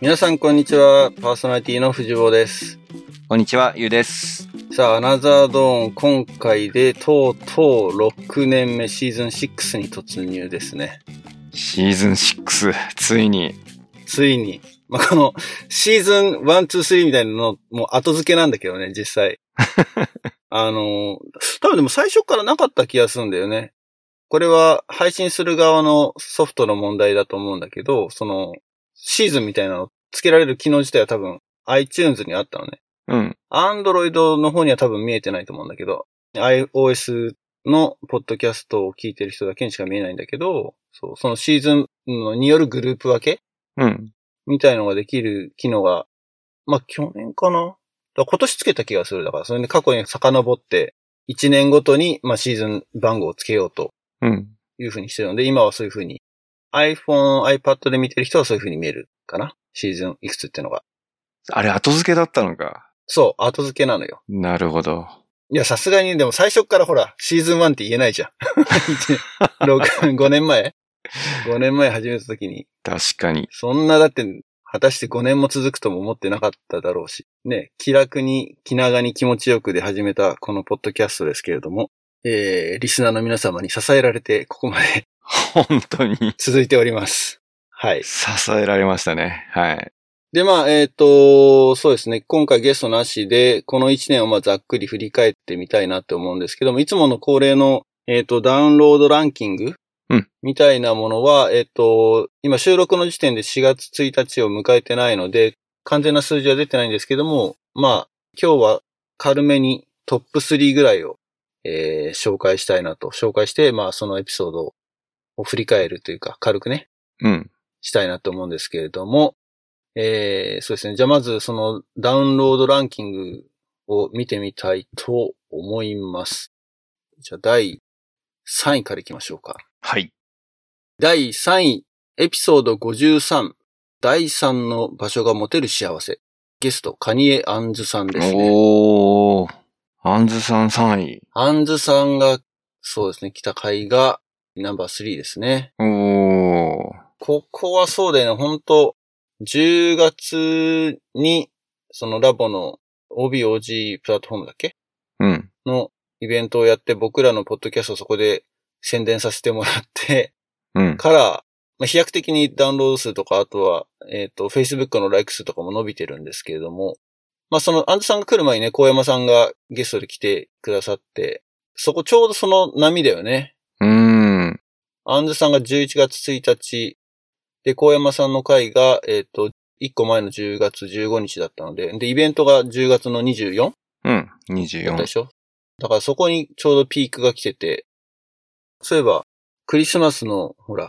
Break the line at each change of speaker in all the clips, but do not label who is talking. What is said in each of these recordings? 皆さんこんにちは。パーソナリティの藤坊です。
こんにちは、ゆうです。
さあ、アナザードーン、今回でとうとう6年目シーズン6に突入ですね。
シーズン6、ついに。
ついに。まあ、この、シーズン1、2、3みたいなの、もう後付けなんだけどね、実際。あの、多分でも最初からなかった気がするんだよね。これは配信する側のソフトの問題だと思うんだけど、その、シーズンみたいなの付けられる機能自体は多分 iTunes にあったのね。
うん。
Android の方には多分見えてないと思うんだけど、iOS のポッドキャストを聞いてる人だけにしか見えないんだけど、そう、そのシーズンのによるグループ分け
うん。
みたいのができる機能が、まあ、去年かなだから今年つけた気がする。だから、それで過去に遡って、1年ごとに、まあ、シーズン番号をつけようと
うん。
いうふうにしてるので、今はそういうふうに、iPhone、iPad で見てる人はそういうふうに見えるかなシーズンいくつってのが。
あれ、後付けだったのか。
そう、後付けなのよ。
なるほど。
いや、さすがに、でも最初からほら、シーズン1って言えないじゃん。5年前 ?5 年前始めた時に。
確かに。
そんな、だって、果たして5年も続くとも思ってなかっただろうし。ね、気楽に、気長に気持ちよくで始めたこのポッドキャストですけれども、えー、リスナーの皆様に支えられて、ここまで。
本当に
続いております。はい。
支えられましたね。はい。
で、まあ、えっ、と、そうですね。今回ゲストなしで、この1年をまあざっくり振り返ってみたいなって思うんですけども、いつもの恒例の、えっ、と、ダウンロードランキング
うん
みたいなものは、えっ、と、今収録の時点で4月1日を迎えてないので、完全な数字は出てないんですけども、まあ、今日は軽めにトップ3ぐらいを、えー紹介したいなと、紹介して、まあ、そのエピソードを振り返るというか、軽くね、
うん。
したいなと思うんですけれども、えー、そうですね。じゃあまずそのダウンロードランキングを見てみたいと思います。じゃあ第3位からいきましょうか。
はい。
第3位、エピソード53、第3の場所が持てる幸せ。ゲスト、カニエ・アンズさんですね。
おー。アンズさん3位。
アンズさんが、そうですね、来た回がナンバー3ですね。
おー。
ここはそうだよね、本当10月に、そのラボの OBOG プラットフォームだっけ
うん。
のイベントをやって、僕らのポッドキャストをそこで宣伝させてもらって
うん。
から、まあ、飛躍的にダウンロード数とか、あとは、えっ、と、Facebook のライク数とかも伸びてるんですけれども、まあ、その、アンズさんが来る前にね、高山さんがゲストで来てくださって、そこちょうどその波だよね。
うーん。
アンズさんが11月1日、で、高山さんの会が、えっ、と、1個前の10月15日だったので、で、イベントが10月の 24?
うん。
だったで
24。
しょだからそこにちょうどピークが来てて、そういえば、クリスマスの、ほら、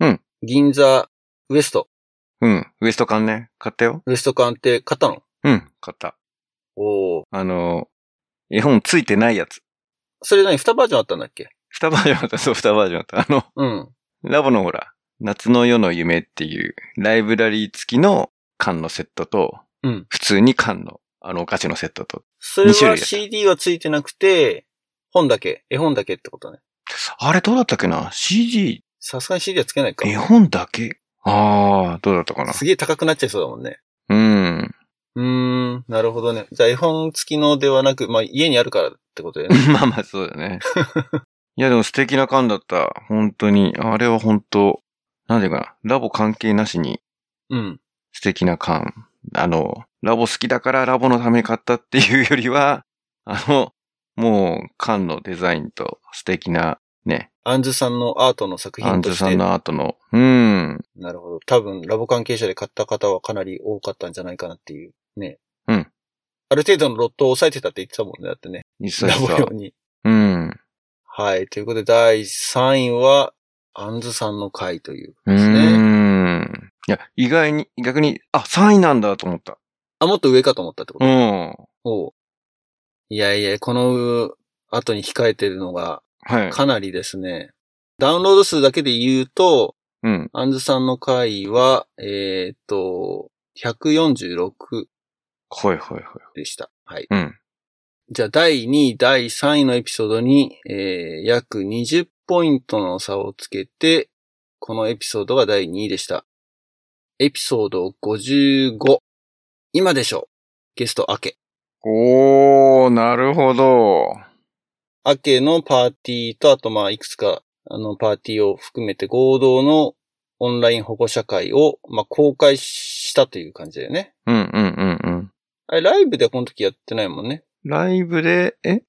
うん
銀座、ウエスト、
うん。ウエスト缶ね。買ったよ。
ウエスト館って買ったの
うん。買った。
おー
あの、絵本ついてないやつ。
それ何 ?2 バージョンあったんだっけ
二バージョンあった。そう、二バージョンあった。あの、
うん。
ラボのほら、夏の夜の夢っていうライブラリー付きの缶のセットと、
うん
普通に缶のあのお菓子のセットと。
それ
二種
は
類だった
CD はついてなくて、本だけ、絵本だけってことね。
あれどうだったっけな ?CD、
さすがに CD はつけないか。
絵本だけああ、どうだったかな
すげえ高くなっちゃいそうだもんね。
うん。
うーん、なるほどね。じゃあ絵本付きのではなく、まあ家にあるからってこと だよね。
まあまあそう だね。いやでも素敵な缶だった。本当に。あれは本当なんていうかな。ラボ関係なしに
うん。
素敵な缶。あの、ラボ好きだからラボのために買ったっていうよりは、 あの、もう缶のデザインと素敵なね、
アンズさんのアートの作
ア
品
ン
と
ズ
して。
さんのアートの、うん、
なるほど。多分、ラボ関係者で買った方はかなり多かったんじゃないかなっていう。ね。
うん。
ある程度のロットを抑えてたって言ってたもんね。だってね。
一切
ラボ
さ
用、に。
うん、
はい。ということで、第3位は、アンズさんの回という。
う
すね
ん。いや、意外に、逆に、あ、3位なんだと思った。
あ、もっと上かと思ったってこと
うん。
おういやいや、この後に控えてるのが、
はい。
かなりですね。ダウンロード数だけで言うと、
うん。
アンズさんの回は、えーっと、146
ほいほいほい。
でした。はい。
うん。
じゃあ、第2位、第3位のエピソードに、えー、約20ポイントの差をつけて、このエピソードが第2位でした。エピソード55。今でしょ。ゲスト、アケ。
おー、なるほど。
アケのパーティーと、あと、まあ、いくつか、あの、パーティーを含めて合同のオンライン保護者会を、まあ、公開したという感じだよね。
うんうんうんうん。
あれ、ライブではこの時やってないもんね。
ライブで、え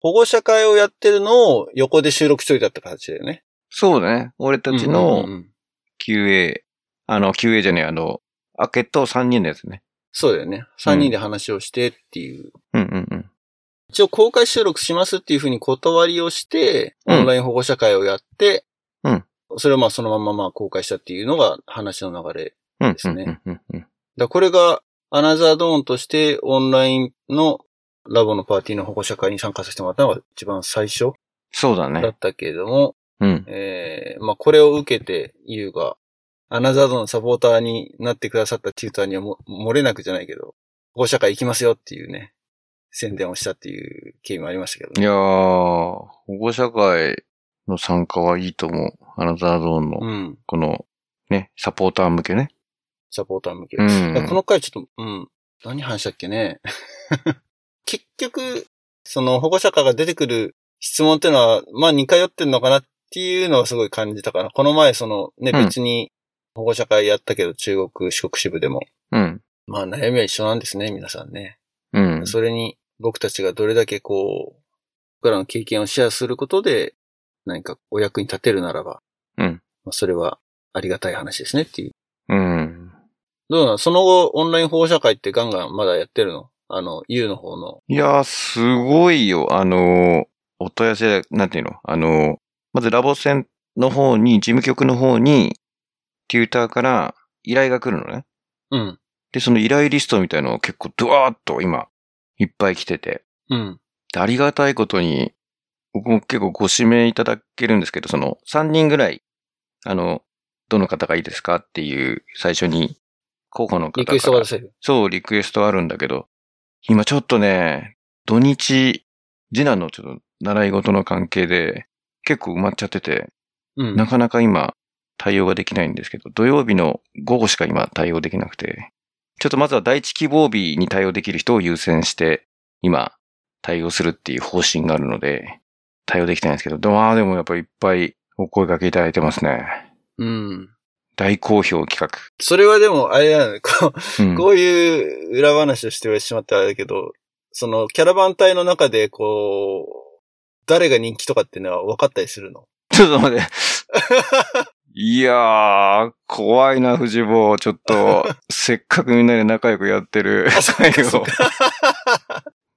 保護者会をやってるのを横で収録しといたって形だよね。
そうだね。俺た
うんう
ち
ん
の
うん
QA、あの QA じゃねえ、あの、明けと3人のやつね。
そうだよね。3人で話をしてっていう。
うんうんうん。
一応公開収録しますっていうふうに断りをして、
うん
オンライン保護者会をやって、
うん
それをまあそのまままあ公開したっていうのが話の流れ。だか
うん
す
うん
ね
うんうんうん。
らこれがアナザードーンとしてオンラインのラボのパーティーの保護者会に参加させてもらったのが一番最初
そうだ
だ
ね
っ。たけれども、
うん。
えーまあこれを受けてユウが、アナザードのサポーターになってくださったテューターにはも漏れなくじゃないけど、保護者会行きますよっていうね、宣伝をしたっていう経緯もありましたけどね
いやー、保護者会の参加はいいと思う。アナザーゾーンの、
うん。
この、ね、サポーター向けね。
サポーター向け。
う
だからこ
ん。
の回ちょっと、うん。何話したっけね。 結局、その保護者から出てくる質問っていうのは、まあ似通ってんのかなっていうのはすごい感じたかな。この前そのね、
うん
別に保護者会やったけど中国、四国支部でも。
うん。
まあ悩みは一緒なんですね、皆さんね。
うん。
それに僕たちがどれだけこう、僕らの経験をシェアすることで、何かお役に立てるならば、
うん
まあそれはありがたい話ですねっていう。
うん。
どうなのその後、オンライン保護者会ってガンガンまだやってるのあの、U の方の。
いやー、すごいよ。あのー、お問い合わせ、なんていうのあのー、まずラボ戦の方に、事務局の方に、テューターから依頼が来るのね。
うん。
で、その依頼リストみたいのを結構ドワーッと今、いっぱい来てて。
うん。
でありがたいことに、僕も結構ご指名いただけるんですけど、その3人ぐらい、あの、どの方がいいですかっていう最初に候補の方
リ
か
クエストが
ら
出、せる。
そうリクエストあるんだけど、今ちょっとね、土日、次男のちょっと習い事の関係で結構埋まっちゃってて、
うん。
なかなか今対応ができないんですけど、土曜日の午後しか今対応できなくて、ちょっとまずは第一希望日に対応できる人を優先して、今対応するっていう方針があるので、対応できてないんですけど、でもまあでもやっぱりいっぱいお声掛けいただいてますね。
うん。
大好評企
それはでも、あれなの こう、
画。うん
こういう裏話をしてしまったらあれだけど、その、キャラバン隊の中で、こう、誰が人気とかっていうのは分かったりするの
ちょっと待って。いやー、怖いな、藤坊。ちょっ と、せっかくみんなで仲良くやってる。
あそっかそっ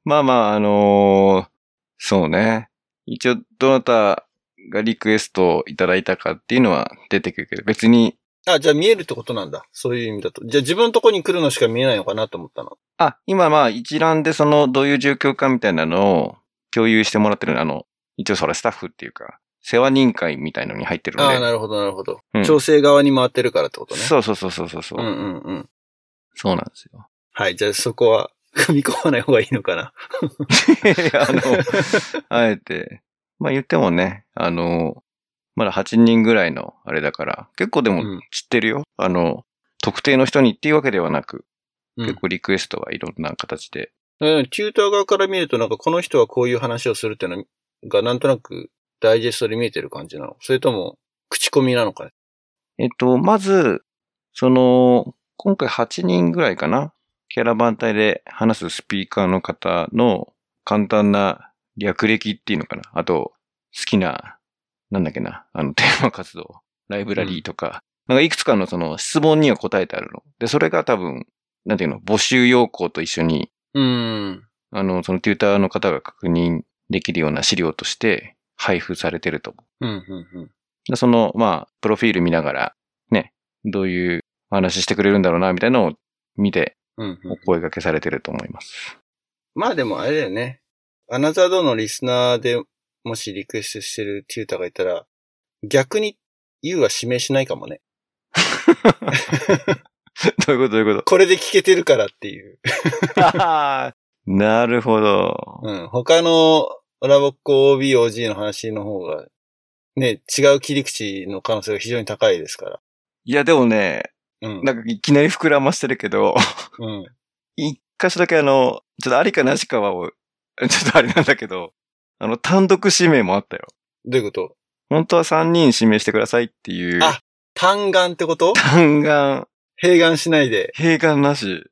まあまあ、あのーそうね。一応、どなたがリクエストをいただいたかっていうのは出てくるけど、別に、
あ、じゃあ見えるってことなんだ。そういう意味だと。じゃあ自分のとこに来るのしか見えないのかなと思ったの。
あ、今まあ一覧でその、どういう状況かみたいなのを共有してもらってるあの、一応それスタッフっていうか、世話人会みたいのに入ってるの
あ
で。
あ、なるほど、なるほど、
うん
調整側に回ってるからってことね。
そうそうそうそうそう。う
うんうんうん。
そうなんですよ。
はい、じゃあそこは 踏み込まない方がいいのかな。
あの、あえて。まあ言ってもね、あの、まだ8人ぐらいのあれだから、結構で
う
も
ん
知ってるよ。あの、特定の人にっていうわけではなく、
うん
結構リクエストはいろんな形で。
うん、チューター側から見ると、なんかこの人はこういう話をするっていうのが、なんとなくダイジェストで見えてる感じなのそれとも、口コミなのかね
えっと、まず、その、今回8人ぐらいかな。キャラバン隊で話すスピーカーの方の簡単な略歴っていうのかな。あと、好きな、なんだっけな、あの、 テーマ活動、ライブラリーとか、なんかいくつかのその質問には答えてあるの。で、それが多分、なんていうの、募集要項と一緒に、
うーん。
あの、そのテューターの方が確認できるような資料として配布されてると思う。
うん、うん、うん。
でその、まあ、プロフィール見ながら、ね、どういうお話ししてくれるんだろうな、みたいなのを見て、
うんう
お
ん、
声掛けされてると思います。
まあでもあれだよね。アナザードのリスナーでもしリクエストしてるチューターがいたら、逆に U は指名しないか もね。
どういうことどういうこ
これで聞けてるからっていう。
と なるほど。
うん。他のラボっ子 OBOG の話の方が、ね、違う切り口の可能性が非常に高いですから。
いや、でもね、
うん。
なんかいきなり膨らましてるけど、
うん。
一箇所だけあの、ちょっとありかなしかはを、ちょっとあれなんだけど、あの、単独指名もあったよ。
どういうこと
本当は3人指名してくださいっていう、
あ単眼って こと
単眼、
併眼しないで。
閉眼なし。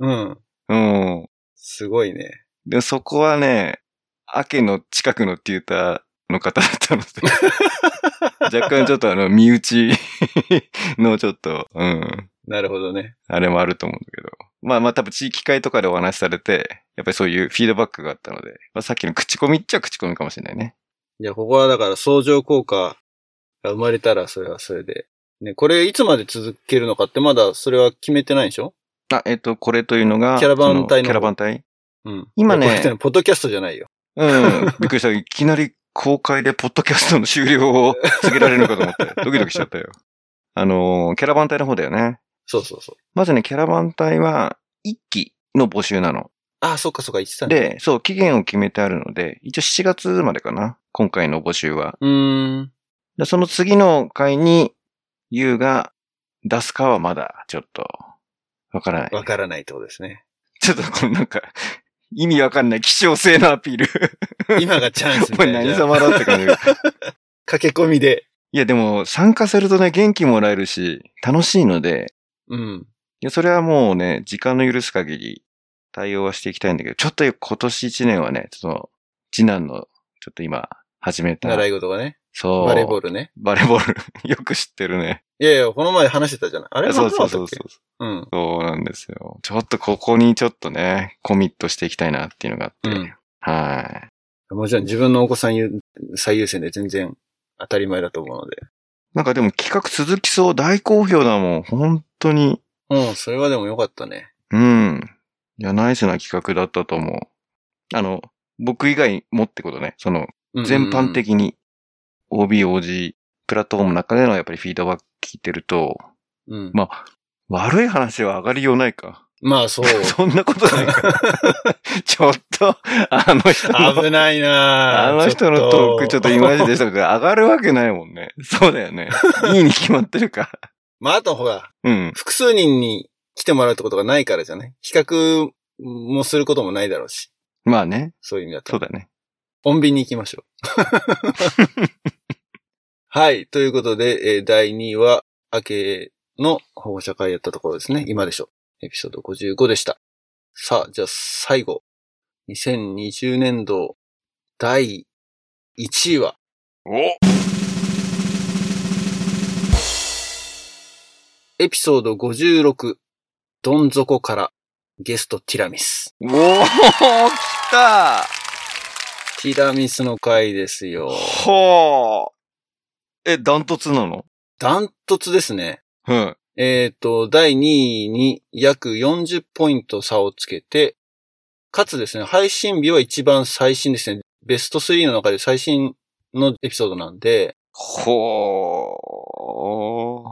うん。
うん。
すごいね。
でもそこはね、アケの近くのテューターの方だったの で、若干ちょっとあの、身内 のちょっと、うん、
なるほどね。
あれもあると思うんだけど。まあまあ多分地域会とかでお話しされて、やっぱりそういうフィードバックがあったので、まあさっきの口コミっちゃ口コミかもしれないね。
いや、ここはだから相乗効果が生まれたら、それはそれで。ね、これいつまで続けるのかってまだそれは決めてないでしょ
あ、えっ、と、これというのが、
キャラバン隊の
そキャラバン隊
うん。
今ね
これってのはポッドキャストじゃないよ。
うん。びっくりした。いきなり公開でポッドキャストの終了を告げられるのかと思って、ドキドキしちゃったよ。あのー、キャラバン隊の方だよね。
そうそうそう。
まずね、キャラバン隊は1期の募集なの。
あ、そっかそっか、言ってたね。
で、そう、期限を決めてあるので、一応7月までかな。今回の募集は。
うーん。
でその次の回に、ユウが出すかはまだ、ちょっと、わからない。
わからないってことですね。
ちょっと、このなんか、意味わかんない希少性のアピール。
今がチャンスみた
これ
いな。
何様だって感じ。
駆け込みで。
いや、でも、参加するとね、元気もらえるし、楽しいので、
うん。
いや、それはもうね、時間の許す限り、対応はしていきたいんだけど、ちょっと今年一年はね、ちょっと、次男の、ちょっと今、始めた。
習い事がね。
そう。
バレーボー
ル。
ルね。
バレーボール。 よく知ってるね。
いやいや、この前話してたじゃない。あれ
そうそう
な
そ
ん
う
だ
そ
っけ
う。
うん。
そうなんですよ。ちょっとここにちょっとね、コミットしていきたいなっていうのがあって。
うん
はい。
もちろん自分のお子さんゆ最優先で全然当たり前だと思うので。
なんかでも企画続きそう。大好評だもん。本当に。
うん、それはでもよかったね。
うん。いや、ナイスな企画だったと思う。あの、僕以外もってことね。その、
うん
全般。的に OB、OG、プラットフォームの中でのやっぱりフィードバック聞いてると、
うん。ま
まあ、悪い話は上がりようないか。
あ、そう。
そんなことないか。 ちょっと、あの人の、
危ないなぁ
あの人のトークちょっとイマジでしたけど、上がるわけないもんね。そうだよ ね。いいに決まってるか。
まあ、あとほら、
うん。
複数人に来てもらうってことがないからじゃない比較もすることもないだろうし。
まあね。
そういう意味だと。
そうだね。
穏便に行きまし ょう。はい。ということで、えー第2位は、明けの保護者会やったところですね。今でしょ。エピソード55でした。さあ、じゃあ最後。2020年度第1位は、
お
エピソード56、どん底からゲストティラミス。
おー来た
ティラミスの回ですよ。
はあ。え、ダントツなの
ダントツですね。
うん。
えっ、と、第2位に約40ポイント差をつけて、かつですね、配信日は一番最新ですね。ベスト3の中で最新のエピソードなんで、
ほ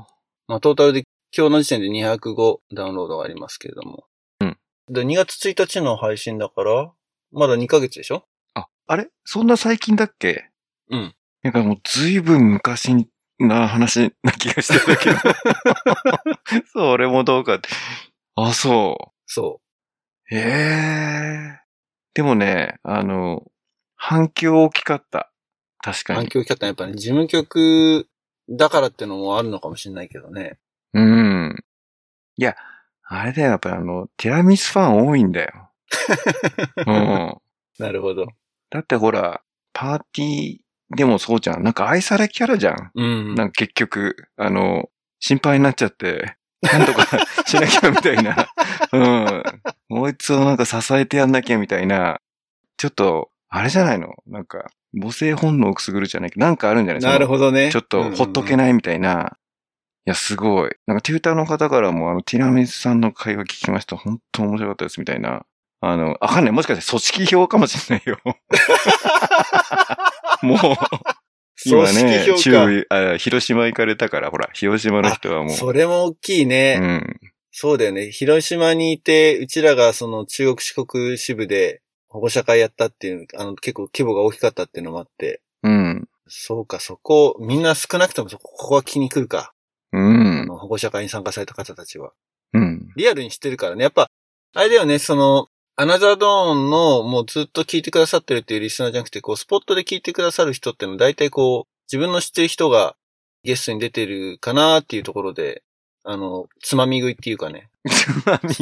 まあ、トータルで今日の時点で205ダウンロードがありますけれども。
うん。
で、2月1日の配信だから、まだ2ヶ月でしょ
ー。あ、あれそんな最近だっけ
うん。
なんかもうずいぶん昔な話な気がしてたけど。 そう、俺もどうかって。あ、そ。
そう
へえ。でもね、あの、反響大きかった。確
う。
か
反
に。
響キャッタやっぱね、事務局だからってのもあるのかもしれないけどね。
うん。いや、あれだよ、やっぱりあの、ティラミスファン多いんだよ。 うん。
なるほど。
だってほら、パーティーでもそうじゃん。なんか愛されキャラじゃん。
うん。
なんか結局、あの、心配になっちゃって、な んとかしなきゃみたいな。うん。こいつをなんか支えてやんなきゃみたいな。ちょっと、あれじゃないのなんか、母性本能をくすぐるじゃないけど、なんかあるんじゃない
なるほどね。
ちょっと、ほっとけないみたいな。いや、すごい。なんか、テューターの方からも、あの、ティラミスさんの会話聞きました。本当面白かったです、みたいな。あの、あかんない。もしかして、組織票かもしれないよ。 もう、
うんうん。
今
組
ね
織、評価
注意あ、広島行かれたから、ほら、広島の人はもう、
それも大きいうね、
ん。
そうだよね。広島にいて、うちらがその中国四国支部で保護者会やったっていう、あの結構規模が大きかったっていうのもあって、
うん。
そうか、そこ、みんな少なくともそこここは気に来るか。
うん
あ。の保護者会に参加された方たちは。
うん。
リアルに知ってるからね。やっぱ、あれだよね、その、アナザードーンのもうずっと聞いてくださってるっていうリスナーじゃなくて、こう、スポットで聞いてくださる人ってのは大体こう、自分の知ってる人がゲストに出てるかなっていうところで、あの、つまみ食いっていうかね。
つまみ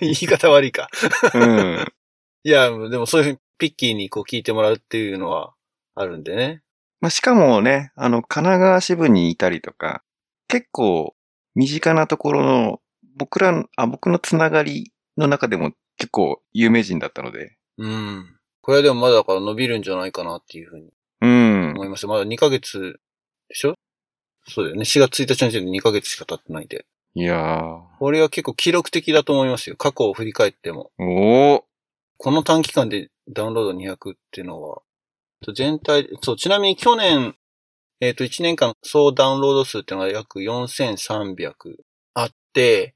言い方悪いか。
うん。
いや、でもそういうふうにピッキーにこう聞いてもらうっていうのはあるんでね。
まあ、しかもね、あの、神奈川支部にいたりとか、結構、身近なところの、僕ら、あ、僕のつながりの中でも結構有名人だったので、
うん。これでもまだだから伸びるんじゃないかなっていうふうに
うん。
思います。まだ2ヶ月でしょそうだよね。4月1日の時点で2ヶ月しか経ってないんで。
いやー、
これは結構記録的だと思いますよ。過去を振り返っても。
おー、
この短期間でダウンロード200っていうのは、と全体、そう、ちなみに去年、えっ、と、1年間総ダウンロード数っていうのが約4300あって、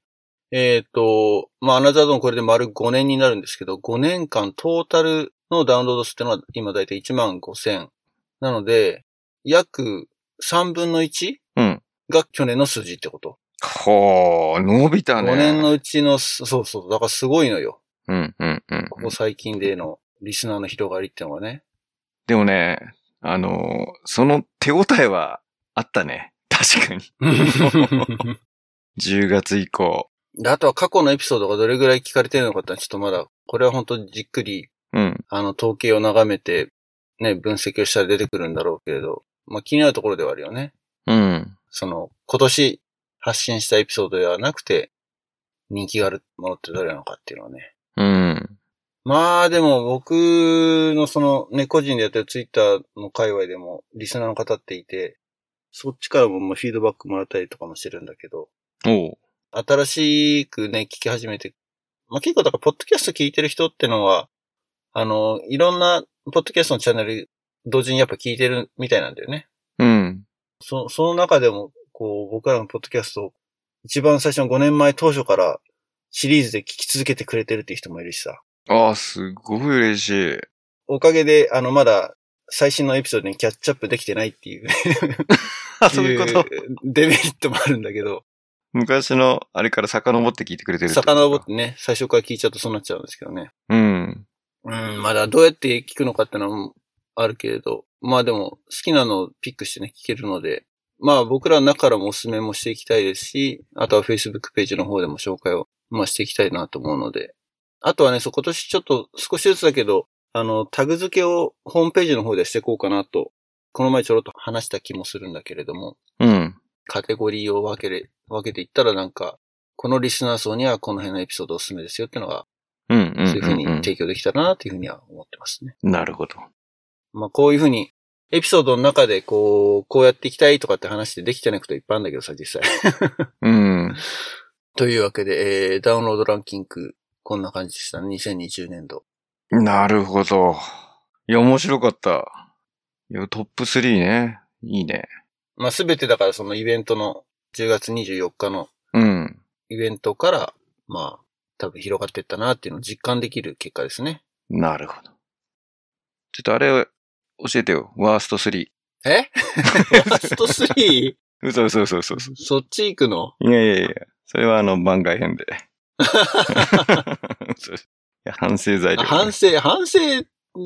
えっ、と、まあ、アナザードーンこれで丸5年になるんですけど、5年間トータルのダウンロード数っていうのは今だいたい1万5000。なので、約3分の 1?
うん。
が去年の数字ってこと。
ほー、伸びたね。
5年のうちの、そうそう、だからすごいのよ。
うん、うん、うん。
ここ最近でのリスナーの広がりってのはね。
でもね、あのーその手応えはあったね。確かに。10月以降。
であとは過去のエピソードがどれぐらい聞かれてるのかってのはちょっとまだ、これは本当にじっくり、
うん。
あの、統計を眺めて、ね、分析をしたら出てくるんだろうけれど、まあ気になるところではあるよね。
うん。
その、今年発信したエピソードではなくて、人気があるものってどれなのかっていうのはね。
うん。
まあでも僕のそのね、個人でやってるツイッターの界隈でもリスナーの方っていて、そっちからもまあフィードバックもらったりとかもしてるんだけど、
おう。
新しくね、聞き始めて、まあ結構だからポッドキャスト聞いてる人ってのは、あの、いろんなポッドキャストのチャンネル同時にやっぱ聞いてるみたいなんだよね。
うん。
そその中でも、こう僕らのポッドキャストを一番最初の5年前当初からシリーズで聞き続けてくれてるっていう人もいるしさ。
ああ、すごい嬉し い。
おかげで、あの、まだ、最新のエピソードにキャッチアップできてないっていう、
あ、 そういうこと。
デメリットもあるんだけど、
昔の、あれから遡って聞いてくれてるってことか
遡ってね、最初から聞いちゃうとそうなっちゃうんですけどね。
うん。
うん、まだどうやって聞くのかってのもあるけれど、まあでも、好きなのをピックしてね、聞けるので、まあ僕らの中からもおすすめもしていきたいですし、あとは Facebook ページの方でも紹介を、まあしていきたいなと思うので、あとはね、そう今年ちょっと少しずつだけど、あの、タグ付けをホームページの方でしていこうかなと、この前ちょろっと話した気もするんだけれども、
うん。
カテゴリーを分けれ、分けていったらなんか、このリスナー層にはこの辺のエピソードおすすめですよっていうのが、
うん。ん
そういうふうに
んん
提供できたらなっていうふうには思ってますね。
なるほど。
まあこういうふうに、エピソードの中でこう、こうやっていきたいとかって話でできてないこといっぱいあるんだけどさ、実際。
うん。
というわけで、えー、ダウンロードランキング、こんな感じでしたね。2020年度。
なるほど。いや、面白かった。いや、トップ3ね。いいね。
まあすべてだからそのイベントの、10月24日の
うん。
イベントから、まあ、多分広がっていったなっていうのを実感できる結果ですね。
なるほど。ちょっとあれ、教えてよ。ワースト3。
えラスト 3?
嘘嘘嘘嘘嘘。
そっち行くの
いやいやいや。それはあの、番外編で。 嘘いや反省材料、
あ反省、反省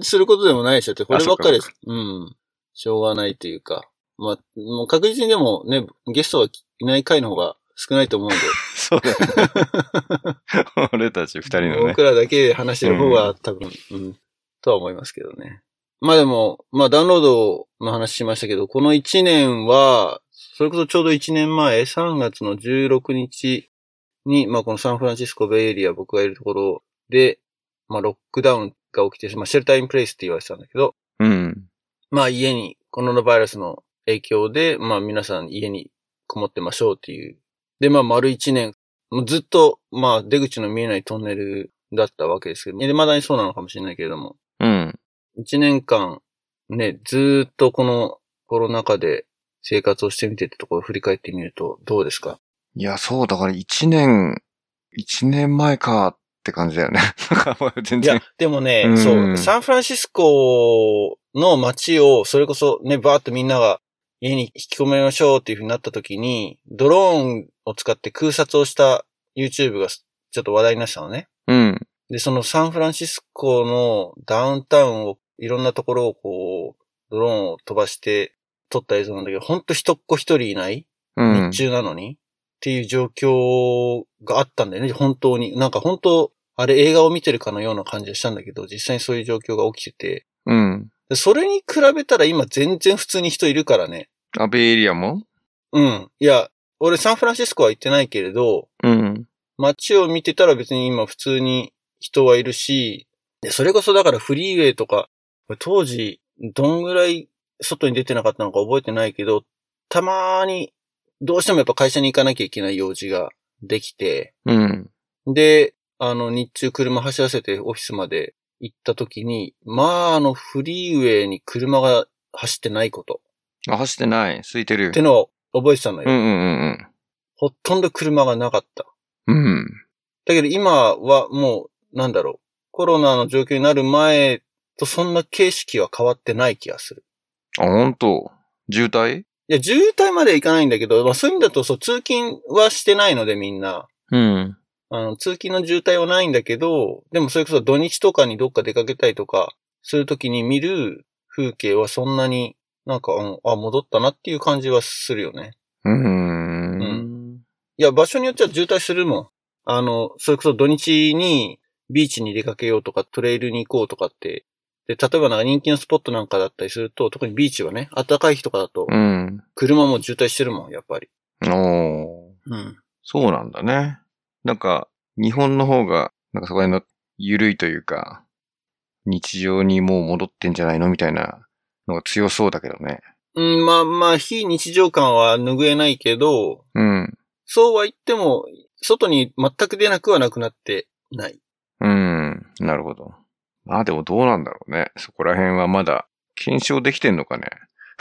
することでもないでしょって、こればっかりで
あそ
す。うん。しょうがないというか。まあ、もう確実にでもね、ゲストがいない回の方が少ないと思うんで、
そうだよ ね。俺たち二人のね。
僕らだけで話してる方が多分、うん、とは思いますけどね。まあでも、まあダウンロードの話しましたけど、この1年は、それこそちょうど1年前、3月の16日に、まあこのサンフランシスコベイエリア、僕がいるところで、まあロックダウンが起きて、まあシェルターインプレイスって言われてたんだけど、
うん。
まあ家に、コロナバイラスの影響で、まあ皆さん家にこもってましょうっていう。で、まあ丸一年、もうずっと、まあ出口の見えないトンネルだったわけですけど、で、まだにそうなのかもしれないけれども、
うん。
一年間、ね、ずーっとこのコロナ禍で生活をしてみてってところを振り返ってみると、どうですか
いや、そう、だから一年、一年前かって感じだよね。なんか全
いや
然。、
でもね、
うん
そう、サンフランシスコの街を、それこそね、バーっとみんなが家に引き込めましょうっていう風になった時に、ドローンを使って空撮をした YouTube がちょっと話題になってたのね。
うん。
で、そのサンフランシスコのダウンタウンを、いろんなところをこう、ドローンを飛ばして撮った映像なんだけど、ほんと人っ子一人いない
うん
日。中なのに、っていう状況があったんだよね、本当に。なんか本当、あれ映画を見てるかのような感じがしたんだけど、実際にそういう状況が起きてて。
うん。
でそれに比べたら今全然普通に人いるからね。
アベエリアも
うん。いや、俺サンフランシスコは行ってないけれど、
うん。
街を見てたら別に今普通に人はいるし、で、それこそだからフリーウェイとか、当時どんぐらい外に出てなかったのか覚えてないけど、たまーにどうしてもやっぱ会社に行かなきゃいけない用事ができて、
うん。
で、あの日中車走らせてオフィスまで行った時に、まああのフリーウェイに車が走ってないこと
あ、走ってない。空いてる
っ。てのを覚えてたのよ。
うんうん
ほとんど車がなかった。
うんうん。うん。
だけど今はもう、なんだろう。コロナの状況になる前とそんな形式は変わってない気がする。
あ、ほんと。渋滞
いや、渋滞まではいかないんだけど、まあそういう意味だとそう、通勤はしてないのでみんな。
うん。
あの、通勤の渋滞はないんだけど、でもそれこそ土日とかにどっか出かけたりとかするときに見る風景はそんなになんか、うんあ、戻ったなっていう感じはするよね。
う。
うんいや、場所によっちゃ渋滞するもん。あの、それこそ土日にビーチに出かけようとか、トレイルに行こうとかって。で、例えばなんか人気のスポットなんかだったりすると、特にビーチはね、暖かい日とかだと
う、ん。
車も渋滞してるもん、やっぱり。
おー。
うん。
そうなんだね。なんか、日本の方が、なんかそこら辺の緩いというか、日常にもう戻ってんじゃないのみたいなのが強そうだけどね。
うん、まあまあ、非日常感は拭えないけど、
うん。
そうは言っても、外に全く出なくはなくなってない。
うん。なるほど。まあでもどうなんだろうね。そこら辺はまだ検証できてんのかね。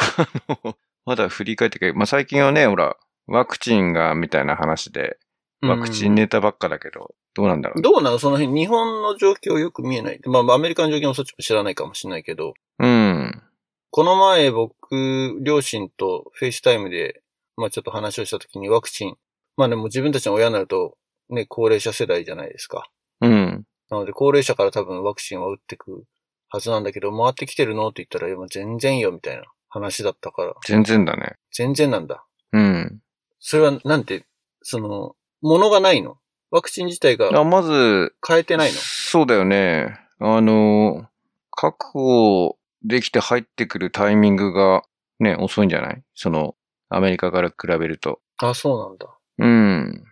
あのまだ振り返ってくれまあ最近はね、ほら、ワクチンがみたいな話で、ワクチン
ね。
ネタばっかだけど、どうなんだろう、ね。
どうなのその辺、日本の状況よく見えない。まあまあ、アメリカの状況もそっちも知らないかもしれないけど、
うん。
この前僕、両親とフェイスタイムで、まあちょっと話をした時にワクチン。まあでも自分たちの親になると、ね、高齢者世代じゃないですか。
うん。
なので高齢者から多分ワクチンは打ってくはずなんだけど、回ってきてるのって言ったら、いやもう全然よ、みたいな話だったから。
全然だね。
全然なんだ。
うん。
それは、なんて、その、ものがないのワクチン自体
あ
が
まず、
変えてないの
そうだよね。あの、確保できて入ってくるタイミングがね、遅いんじゃないその、アメリカから比べると。
あ、そうなんだ。
うん。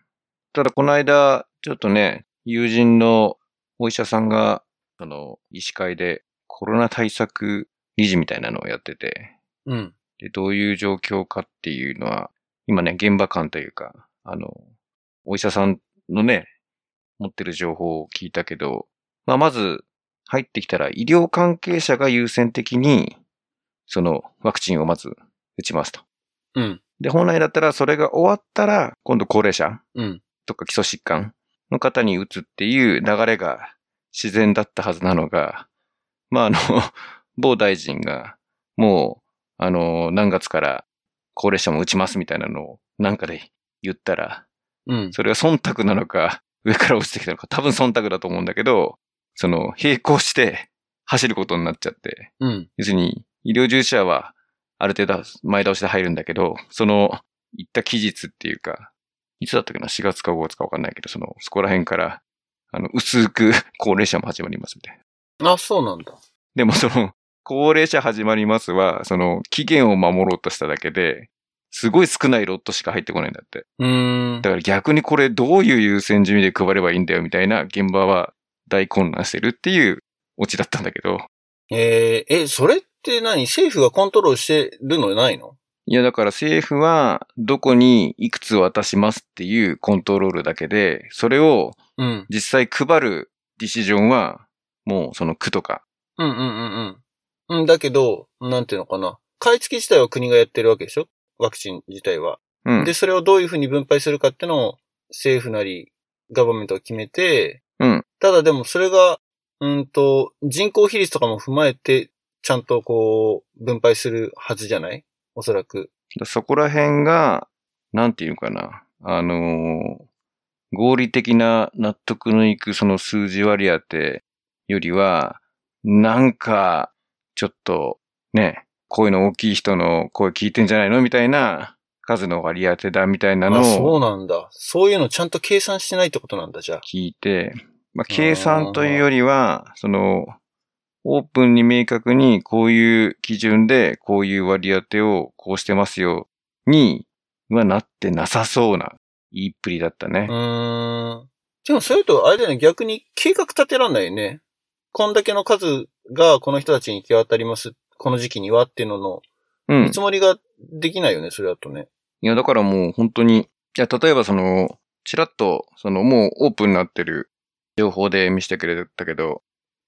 ただ、この間、ちょっとね、友人のお医者さんが、その、医師会でコロナ対策理事みたいなのをやってて、
うん。
で、どういう状況かっていうのは、今ね、現場感というか、あの、お医者さんのね、持ってる情報を聞いたけど、まあ、まず、入ってきたら、医療関係者が優先的に、その、ワクチンをまず、打ちますと。
うん。
で、本来だったら、それが終わったら、今度高齢者
うん。
とか基礎疾患の方に打つっていう流れが自然だったはずなのが、まあ、あの、 某大臣が、もう、あの、何月から高齢者も打ちますみたいなのをなんかで言ったら、
うん。
それは忖度なのか、 上から落ちてきたのか、多分忖度だと思うんだけど、その、並行して走ることになっちゃって、
うん。
要するに、医療従事者は、ある程度前倒しで入るんだけど、その、言った期日っていうか、いつだったっけな、4月か5月かわかんないけど、その、そこら辺から、あの、薄く高齢者も始まりますみたいな。
あ、そうなんだ。
でもその、高齢者始まりますは、その、期限を守ろうとしただけで、すごい少ないロットしか入ってこないんだって。
うーん。
だから逆にこれどういう優先順位で配ればいいんだよみたいな現場は大混乱してるっていうオチだったんだけど。
えー、え、それって何政府がコントロールしてるのないの
いや、だから政府はどこにいくつ渡しますっていうコントロールだけで、それを
うん。
実際配るディシジョンは、もうその区とか。
うんうんうんうん。うん、だけど、なんていうのかな。買い付け自体は国がやってるわけでしょワクチン自体は。
うん。
で、それをどういうふうに分配するかってのを政府なり、ガバメントが決めて、
うん。
ただでもそれが、うんと、人口比率とかも踏まえて、ちゃんとこう、分配するはずじゃないおそらく。
だそこら辺が、なんていうのかな。あのー合理的な納得のいくその数字割り当てよりは、なんか、ちょっと、ね、声の大きい人の声聞いてんじゃないのみたいな数の割り当てだみたいな
あ、
の
そう
を
なんだ。そういうのちゃんと計算してないってことなんだ、じゃあ。
聞いて、まあ、計算というよりは、その、オープンに明確にこういう基準でこういう割り当てをこうしてますよにはなってなさそうな言いっぷりだったね
う。ーん。でもそれと、あれだよね、逆に計画立てらんないよね。こんだけの数がこの人たちに行き渡ります。この時期にはっていうのの、
うん
見。積もりができないよね、それだとね。
いや、だからもう本当に、じゃあ例えばその、ちらっと、そのもうオープンになってる情報で見せてくれたけど、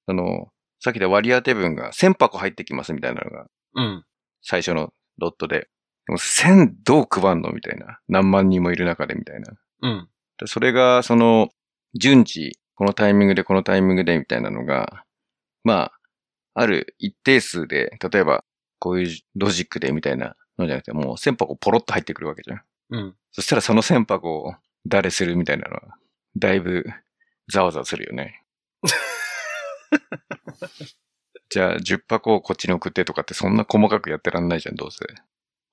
その、さっきで割り当て分が1000箱入ってきますみたいなのが
うん。
最初のロットで。でも1000どう配んのみたいな。何万人もいる中でみたいな。
うん。
でそれが、その、順次、このタイミングでこのタイミングでみたいなのが、まあ、ある一定数で、例えば、こういうロジックでみたいなのじゃなくて、もう1000箱ポロッと入ってくるわけじゃん。
うん。
そしたらその船舶を誰するみたいなのは、だいぶざわざわするよね。じゃあ10箱をこっちに送ってとかってそんな細かくやってらんないじゃん、どうせ。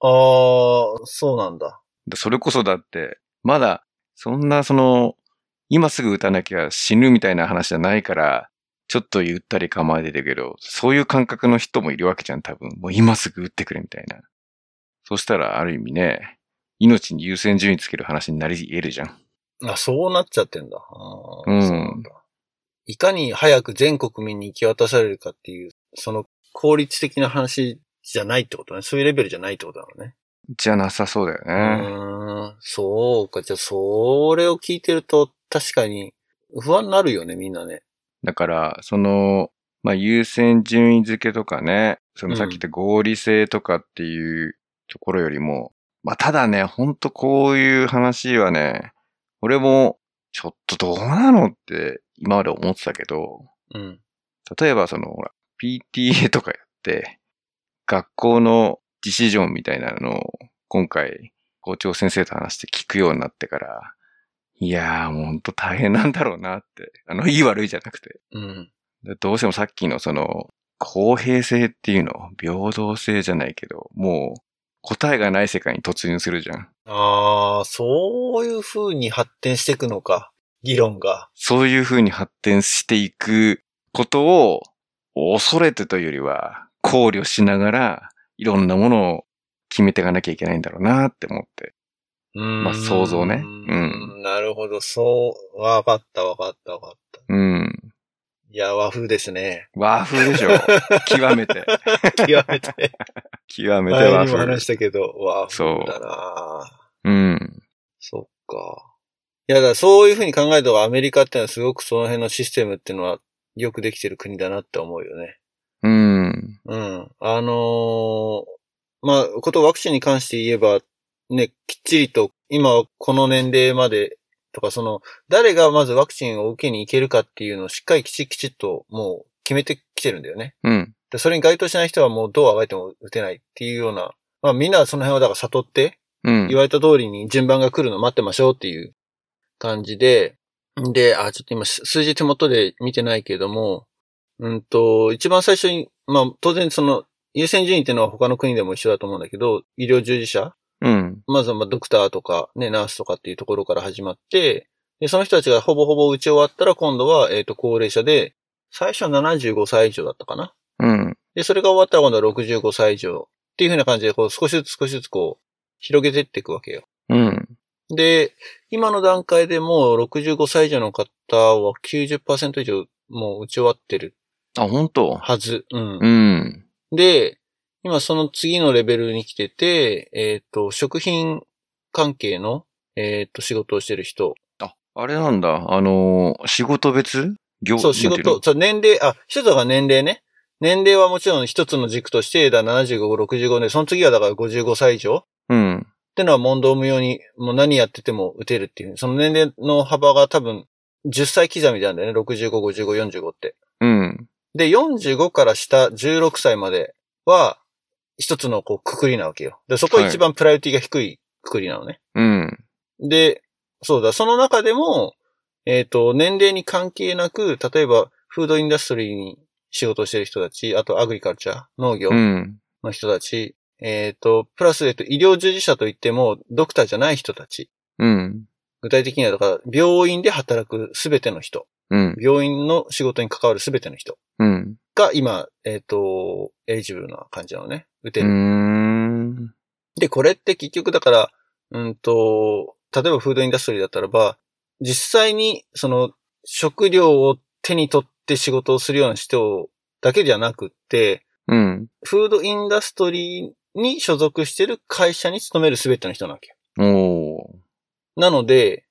あー、そうなんだ。
でそれこそだって、まだそんなその、今すぐ打たなきゃ死ぬみたいな話じゃないから、ちょっとゆったり構えてるけど、そういう感覚の人もいるわけじゃん、多分。もう今すぐ打ってくれみたいな。そしたらある意味ね、命に優先順位つける話になり得るじゃん。
あ、そうなっちゃってんだ。あー
うん
そうなんだ。いかに早く全国民に行き渡されるかっていう、その効率的な話じゃないってことね。そういうレベルじゃないってことだろうね。
じゃなさそうだよ
う
ね。
ーん、そうか。じゃあ、それを聞いてると、確かに、不安になるよね、みんなね。
だから、その、まあ、優先順位付けとかね、そのさっき言った合理性とかっていうところよりも、まあ、ただね、ほんとこういう話はね、俺も、ちょっとどうなのって今まで思ってたけど、
うん。
例えばその、ほら、PTA とかやって、学校のディシジョンみたいなのを、今回、校長先生と話して聞くようになってから、いやー、もうほんと大変なんだろうなって。あの、いい悪いじゃなくて。
うん。
でどうしてもさっきのその、公平性っていうの、平等性じゃないけど、もう、答えがない世界に突入するじゃん。
ああ、そういう風に発展していくのか。議論が。
そういう風に発展していくことを、恐れてというよりは、考慮しながら、いろんなものを決めていかなきゃいけないんだろうなって思って。
うーん
まあ想像ねう
なるほど。そう、わかった、わかった、わかった。
うん。
いや、和風です ね。
和 風でしょ極めて。
極めて。
極めて
前
和
にも
風
話。したけど、和風だな
うん。
そっか。いや、だからそういう風に考えたらアメリカってのはすごくその辺のシステムっていうのはよくできてる国だなって思うよね。
うん。
うん。あのーまあ、ことワクチンに関して言えば、ね、きっちりと、今はこの年齢までとか、その、誰がまずワクチンを受けに行けるかっていうのをしっかりきちきちっともう決めてきてるんだよね。
うん。
で、それに該当しない人はもうどうあがいても打てないっていうような、まあみんなはその辺はだから悟って、
うん
言。われた通りに順番が来るの待ってましょうっていう感じで、で、あ、ちょっと今す数字手元で見てないけれども、うんと、一番最初に、まあ当然その優先順位っていうのは他の国でも一緒だと思うんだけど、医療従事者、
うん。
まずはまあドクターとかね、ナースとかっていうところから始まって、で、その人たちがほぼほぼ打ち終わったら今度は、えっ、と、高齢者で、最初は75歳以上だったかな。
うん。
で、それが終わったら今度は65歳以上っていう風な感じで、こう少しずつ少しずつこう、広げてっていくわけよ。
うん。
で、今の段階でもう65歳以上の方は90%以上もう打ち終わってる
あ、本当
はず。うん
うん。
で、今その次のレベルに来てて、えっ、と、食品関係の、えっ、と、仕事をしてる人。
あ、あれなんだ。あのー仕事別業
そう、仕。
なんていの
事、そう、年齢、あ、一つが年齢ね。年齢はもちろん一つの軸として、だ75、65で、その次はだから55歳以上
うん。
ってのは問答無用に、もう何やってても打てるっていう。その年齢の幅が多分、10歳刻みなんだよね。65、55、45って。
うん。
で、45から下、16歳までは、一つのこう、くくりなわけよ。で、そこは一番プライオリティが低いくくりなのね。
うん。
で、そうだ、その中でも、えっ、と、年齢に関係なく、例えば、フードインダストリーに仕事をしてる人たち、あと、アグリカルチャー、農業
うん。
の人たち、えっ、と、プラス、えっ、と、医療従事者といっても、ドクターじゃない人たち、
うん。
具体的には、だから、病院で働くすべての人、
うん。
病院の仕事に関わるすべての人
うん。
が、今、えっ、と、エイジブルな感じなのね、打て
う
る。
ん。
で、これって結局だから、うんと、例えばフードインダストリーだったらば、実際にその食料を手に取って仕事をするような人だけじゃなくって、
うん。
フードインダストリーに所属してる会社に勤める全ての人なわけよ。
おー。
なので、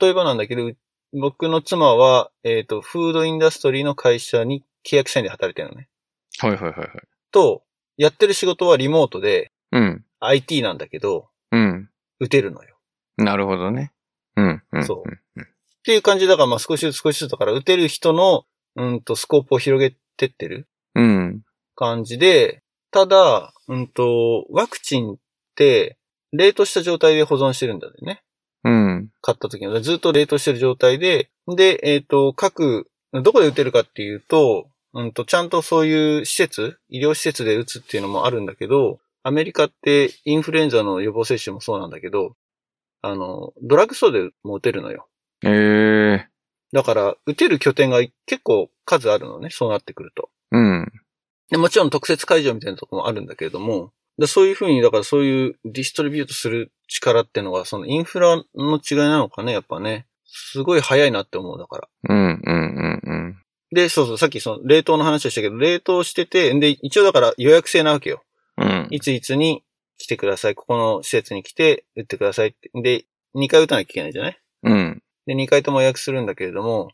例えばなんだけど、う僕の妻は、えっ、と、フードインダストリーの会社に契約社員で働いてるのね。
はいはいはいはい。
と、やってる仕事はリモートで
うん。
IT なんだけど、
うん。
打てるのよ。
なるほどね。うん。うん。。
そうんっていう感じだから、まあ少しずつ少しずつだから、打てる人の、うんと、スコープを広げてってる
うん。
感じで、ただ、うんと、ワクチンって、冷凍した状態で保存してるんだよね。
うん。
買った時の。ずっと冷凍してる状態で、で、えっ、と、各、どこで打てるかっていうと、うんと、ちゃんとそういう施設、医療施設で打つっていうのもあるんだけど、アメリカってインフルエンザの予防接種もそうなんだけど、あの、ドラッグストアでも打てるのよ。
ええ。
だから、打てる拠点が結構数あるのね、そうなってくると。
うん。
でもちろん特設会場みたいなとこもあるんだけれども、でそういうふうに、だからそういうディストリビュートする力ってのは、そのインフラの違いなのかね、やっぱね。すごい早いなって思う、だから。
うん。うん。うん。
で、そうそう、さっきその冷凍の話をしたけど、冷凍してて、で、一応だから予約制なわけよ。
うん。
いついつに来てください。ここの施設に来て、打ってくださいって。で、2回打たなきゃいけないじゃない
うん。
で、2回とも予約するんだけれども、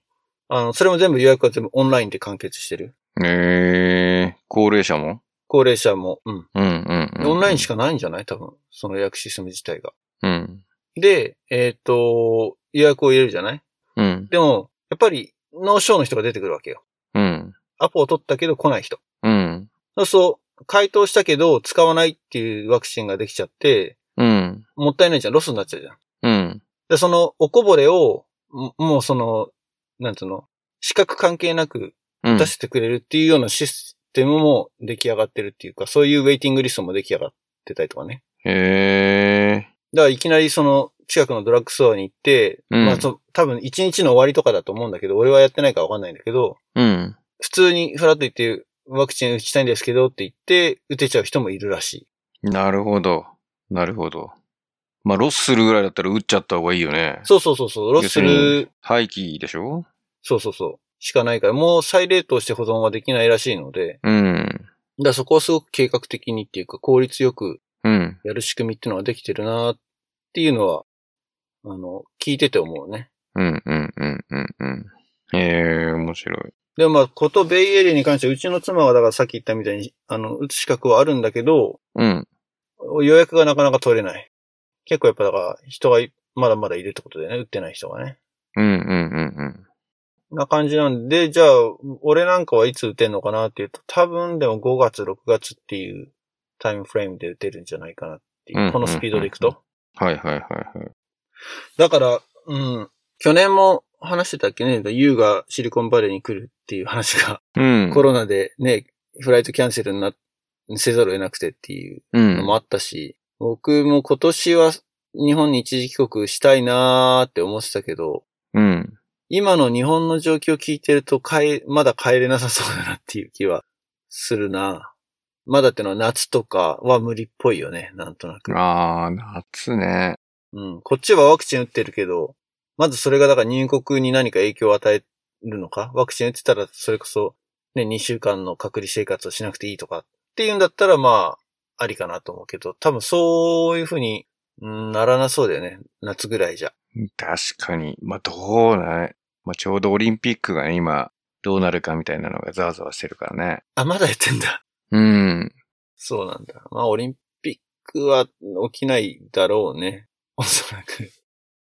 あの、それも全部予約は全部オンラインで完結してる。
ええ。高齢者も
高齢者も、うん。
うん。うん。うん
オンラインしかないんじゃない多分。その予約システム自体が。
うん。
で、えっ、と、予約を入れるじゃない
うん。
でも、やっぱり、ノーショーの人が出てくるわけよ。
うん。
アポを取ったけど来ない人。
うん。
そうすると、回答したけど使わないっていうワクチンができちゃって、
うん。
もったいないじゃん。ロスになっちゃうじゃん。
うん。
で、その、おこぼれを、ももうその、なんつうの、資格関係なく
うん
出してくれるっていうようなシステムも出来上がってるっていうか、そういうウェイティングリストも出来上がってたりとかね。
へえ。
だからいきなりその近くのドラッグストアに行って、
うん
まあそ多分一日の終わりとかだと思うんだけど、俺はやってないからわかんないんだけど、
うん。
普通にフラッと行ってワクチン打ちたいんですけどって言って、打てちゃう人もいるらしい。
なるほど。なるほど。まあ、ロスするぐらいだったら打っちゃった方がいいよね。
そうそうそうそう、ロスする、
廃棄でしょ
そうそうそう、しかないから、もう再冷凍して保存はできないらしいので、
うん。
だからそこをすごく計画的にっていうか、効率よく
うん。
やる仕組みっていうのができてるなっていうのは、あの、聞いてて思うね。
うん、うん、うん、うん、うん。へえ、面白い。
でもまあ、ことベイエリアに関しては、うちの妻はだからさっき言ったみたいに、あの、打つ資格はあるんだけど、
うん。
予約がなかなか取れない。結構やっぱだから、人がいまだまだいるってことだよね、打ってない人がね。
うん、うん、うん、
な感じなんで、じゃあ、俺なんかはいつ打てんのかなっていうと、多分でも5月、6月っていうタイムフレームで打てるんじゃないかなって
うんうん
いうう、
ん
このスピードでいく
うん
と。
うん。はい、はい、はい、はい。
だから、うん、去年も話してたっけね、ユーがシリコンバレーに来るっていう話が
うん。
コロナでね、フライトキャンセルにな、せざるを得なくてっていう
う
の
ん
も。あったし、僕も今年は日本に一時帰国したいなーって思ってたけど、
うん。
今の日本の状況を聞いてると、帰、まだ帰れなさそうだなっていう気はするなまだってのは夏とかは無理っぽいよね、なんとなく。
ああ、夏ね。
うん。こっちはワクチン打ってるけど、まずそれがだから入国に何か影響を与えるのかワクチン打ってたらそれこそ、ね、2週間の隔離生活をしなくていいとかっていうんだったらまあ、ありかなと思うけど、多分そういうふうにうんならなそうだよね。夏ぐらいじゃ。
確かに。まあ、どうない。まあ、ちょうどオリンピックがね、今、どうなるかみたいなのがざわざわしてるからね。
あ、まだやってんだ。
うん。
そうなんだ。まあ、オリンピックは起きないだろうね。 おそらく。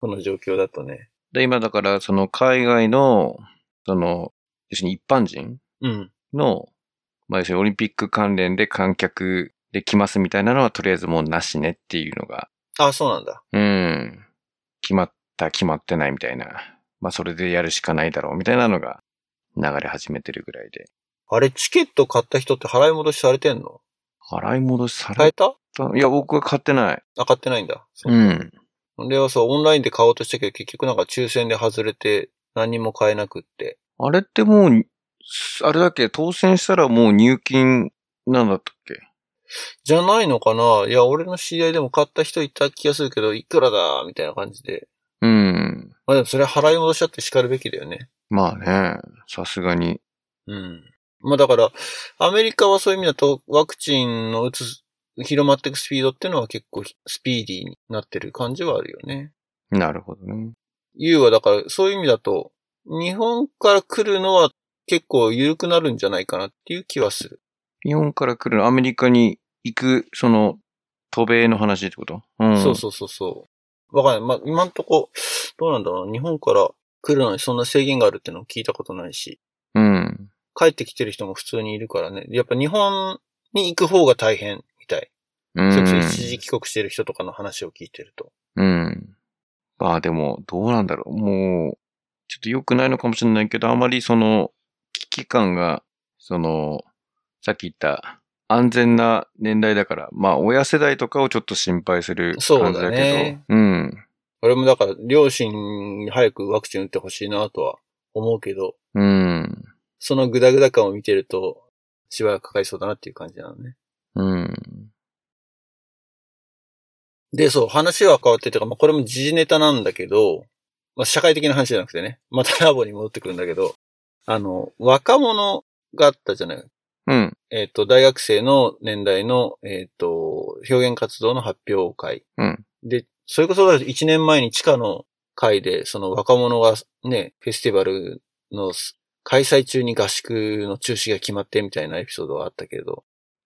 この状況だとね。
で、今だから、その海外の、その、要するに一般人
うん。
の、まあ、要するにオリンピック関連で観客できますみたいなのはとりあえずもうなしねっていうのが、
あ、そうなんだ。
うん、決まった、決まってないみたいな、まあそれでやるしかないだろうみたいなのが流れ始めてるぐらいで。
あれ、チケット買った人って払い戻しされてんの
洗い戻しさ
変え
れ
た
たいや、僕は買ってない。。
あ、買ってないんだ。そううんではそう、オンラインで買おうとしたけど、結局なんか抽選で外れて、何にも買えなくって。
あれってもう、あれだっけ、当選したらもう入金なんだったっけ
じゃないのかないや、俺の知り合いでも買った人いた気がするけど、いくらだみたいな感じで。
うん。
まあでもそれ払い戻しちゃって叱るべきだよね。
まあね、さすがに。
うん。まあだから、アメリカはそういう意味だと、ワクチンの打つ、広まっていくスピードっていうのは結構スピーディーになってる感じはあるよね。
なるほどね。
U はだから、そういう意味だと、日本から来るのは結構緩くなるんじゃないかなっていう気はする。
日本から来るの、アメリカに行く、その、渡米の話ってことうん。
そうそうそうそう。わかんない。まあ、今んとこ、どうなんだろうな。日本から来るのにそんな制限があるってのを聞いたことないし、
う。うん。
帰ってきてる人も普通にいるからね。やっぱ日本に行く方が大変みたい。
うん。
それこそ一時帰国してる人とかの話を聞いてると。
うん。まあでも、どうなんだろう。もう、ちょっと良くないのかもしれないけど、あまりその、危機感が、その、さっき言った、安全な年代だから、まあ、親世代とかをちょっと心配する
そう
感じ
だ
だけど、
ね
うん。
俺もだから、両親に早くワクチン打ってほしいなとは思うけど、
うん。
そのグダグダ感を見てると、しばらくかかりそうだなっていう感じなのね。
うん。
で、そう、話は変わってというか、まあ、これも時事ネタなんだけど、まあ、社会的な話じゃなくてね、 またラボに戻ってくるんだけど、あの、若者があったじゃない。
うん。
えっ、と、大学生の年代の、えっ、と、表現活動の発表会。
うん
で、それこそ1年前に地下の会で、その若者がね、フェスティバルの開催中に合宿の中止が決まってみたいなエピソードがあったけど、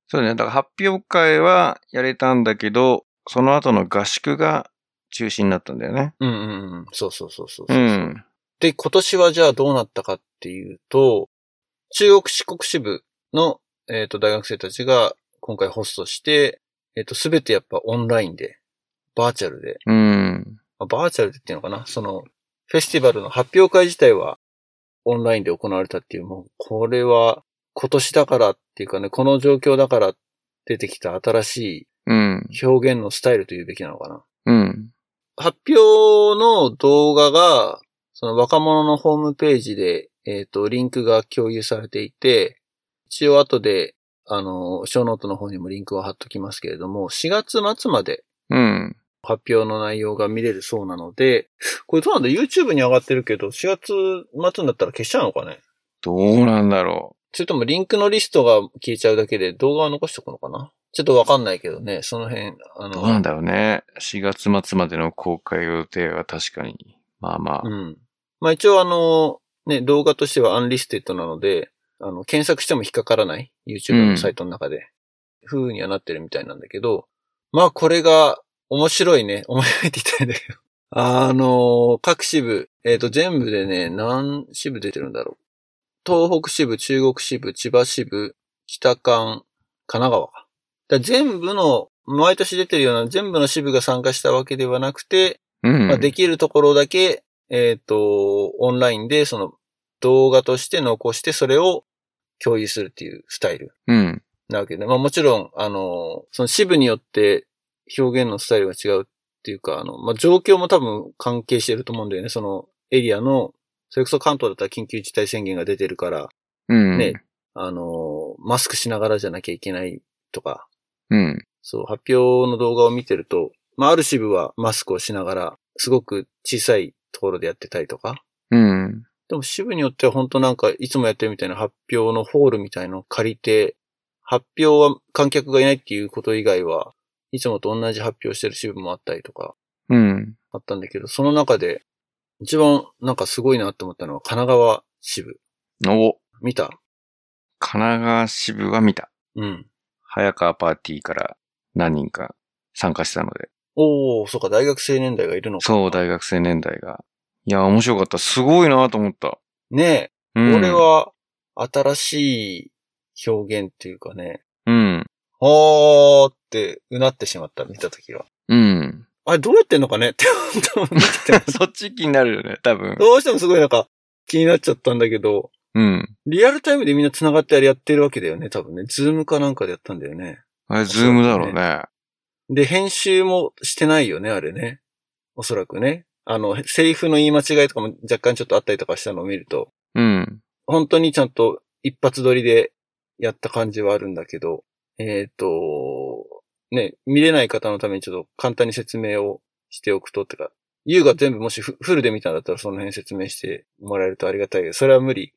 そうだね。だから発表会はやれたんだけど、その後の合宿が中止になったんだよね。
うんうんうん、そうそうそうそうそうう。
ん。
で、今年はじゃあどうなったかっていうと、中国四国支部の、えー、と大学生たちが今回ホストして、えっ、と、すべてやっぱオンラインで、バーチャルで、
うん。
まあバーチャルでっていうのかなその、フェスティバルの発表会自体はオンラインで行われたっていう、もう、これは今年だからっていうかね、この状況だから出てきた新し
うん。
い表現のスタイルというべきなのかな
うん。
発表の動画が、その若者のホームページで、えっ、と、リンクが共有されていて、一応後で、あの、ショーノートの方にもリンクを貼っときますけれども、4月末まで
うん。
発表の内容が見れるそうなので、これどうなんだ ?YouTube に上がってるけど、4月末になったら消しちゃうのかね
どうなんだろ
それともリンクのリストが消えちゃうだけで動画は残しとくのかなちょっとわかんないけどね、その辺、あ
う。どうなん
の、
だろうね。4月末までの公開予定は確かに。まあまあ。
うん。まあ一応あの、ね、動画としてはアンリステッドなので、あの、検索しても引っかからない YouTube のサイトの中で、風にはなってるみたいなんだけど、まあこれが面白いね、面白いって言ったんだけど。あの、各支部、えっ、と全部でね、何支部出てるんだろう。東北支部、中国支部、千葉支部、北関、神奈川か。だから全部の、毎年出てるような全部の支部が参加したわけではなくて、
うん。
まあ、できるところだけ、えっ、と、オンラインでその動画として残してそれを共有するっていうスタイル
うん。
なわけで、まあもちろん、あの、その支部によって表現のスタイルが違うっていうか、あの、まあ状況も多分関係してると思うんだよね、そのエリアの、それこそ関東だったら緊急事態宣言が出てるから、
うん。
ねあの、マスクしながらじゃなきゃいけないとか、
うん。
そう、発表の動画を見てると、まあ、ある支部はマスクをしながら、すごく小さいところでやってたりとか。
うん。
でも支部によっては本当なんか、いつもやってるみたいな発表のホールみたいのを借りて、発表は観客がいないっていうこと以外は、いつもと同じ発表してる支部もあったりとか、
うん。
あったんだけど、その中で、一番なんかすごいなって思ったのは神奈川支部。
お、
見た
神奈川支部は見た。
うん。
早川パーティーから何人か参加したので。
おー、そうか、大学生年代がいるのか。
そう、大学生年代が。いや、面白かった。すごいなと思った。
ねえ。
うん。
これは新しい表現っていうかね、
うん。
はーって、うなってしまった、見たときは。
うん。
あれ、どうやってんのかね って、多分見て ても
そっち気になるよね、多分。
どうしてもすごいなんか気になっちゃったんだけど、
うん。
リアルタイムでみんな繋がってあれやってるわけだよね、多分ね。ズームかなんかでやったんだよね。
あれ、ズームだろうね。
で、編集もしてないよね、あれね。おそらくね。あの、セリフの言い間違いとかも若干ちょっとあったりとかしたのを見ると、
うん。
本当にちゃんと一発撮りでやった感じはあるんだけど、えっ、と、ね、見れない方のためにちょっと簡単に説明をしておくとってか、ユーが全部もしフフルで見たんだったらその辺説明してもらえるとありがたいけど、それは無理。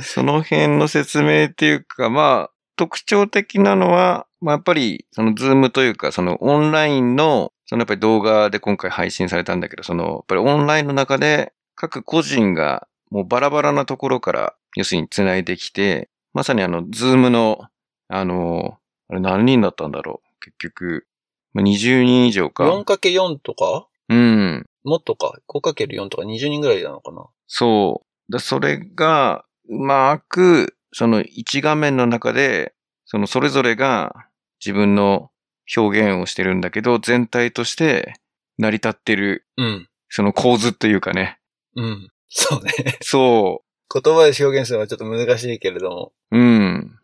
その辺の説明っていうか、まあ、特徴的なのは、まあ、やっぱり、そのズームというか、そのオンラインの、そのやっぱり動画で今回配信されたんだけど、その、やっぱりオンラインの中で、各個人が、もうバラバラなところから、要するに繋いできて、まさにあの、ズームの、あの、あれ何人だったんだろう結局、まあ、20人以上か。
4×4 とか
うん。
もっとか、5×4 とか20人ぐらいなのかな。
そう。だそれが、うまく、その一画面の中で、そのそれぞれが自分の表現をしてるんだけど、全体として成り立ってる、
うん。
その構図というかね。
うん。そうね。
そ
言葉で表現するのはちょっと難しいけれども。
う。うん。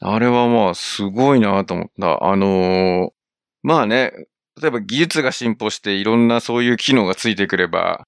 あれはまあ、すごいなと思った。あのーまあね、例えば技術が進歩していろんなそういう機能がついてくれば、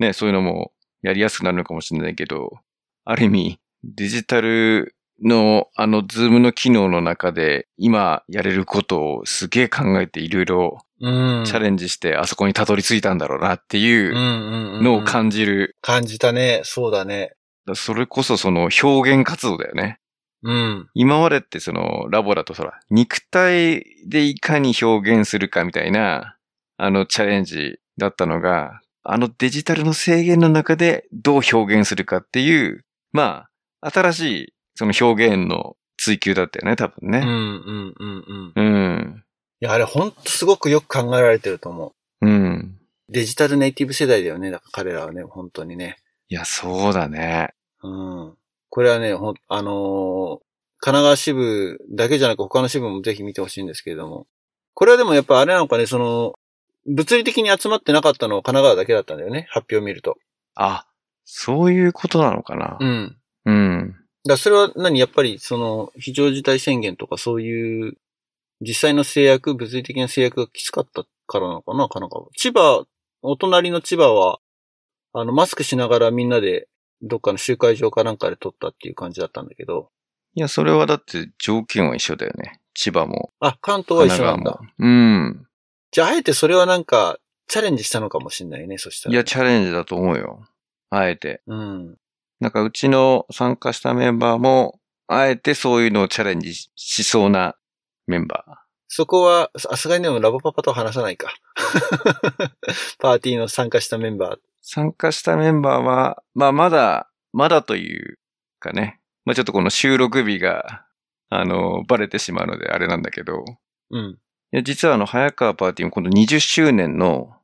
ね、そういうのもやりやすくなるのかもしれないけど、ある意味、デジタルのあのズームの機能の中で今やれることをすげえ考えていろいろ
うん
チャレンジしてあそこにたどり着いたんだろうなっていう
ン
のを感じる。
感じたね。そうだね。
だそれこそその表現活動だよね。
うん。
今までってそのラボだとそら、肉体でいかに表現するかみたいな、あのチャレンジだったのが、あのデジタルの制限の中でどう表現するかっていう、まあ、新しいその表現の追求だったよね、多分
うん、う
ね。
ん、うん、うん。
うん。
いや、あれほんとすごくよく考えられてると思
うん。
う。デジタルネイティブ世代だよね。だから彼らはね、本当にね。
いや、そうだね。
うん。これはね、ほん、あのー神奈川支部だけじゃなく他の支部もぜひ見てほしいんですけれども。これはでもやっぱあれなのかね、その、物理的に集まってなかったのは神奈川だけだったんだよね。発表を見ると。
あ、そういうことなのかな
う。ん。
うん。
だからそれは何やっぱりその非常事態宣言とかそういう実際の制約、物理的な制約がきつかったからなのかな、神奈川。千葉、お隣の千葉は、あの、マスクしながらみんなでどっかの集会場かなんかで撮ったっていう感じだったんだけど、
いや、それはだって条件は一緒だよね。千葉も。
あ、関東は
神
一緒なん
奈川
だ
も。。うん。
じゃあ、あえてそれはなんか、チャレンジしたのかもしれないね、そしたら。
いや、チャレンジだと思うよ。あえて。
うん。
なんか、うちの参加したメンバーも、あえてそういうのをチャレンジししそうなメンバ
そこは、さすがにでもラボパパとは話さないか。 パーティーの参加したメンバー。
ー。参加したメンバーは、まあ、まだ、まだというかね。まあ、ちょっとこの収録日が、あの、バレてしまうのであれなんだけど。
うん。
いや、実はあの、早川パーティーも今度20周年の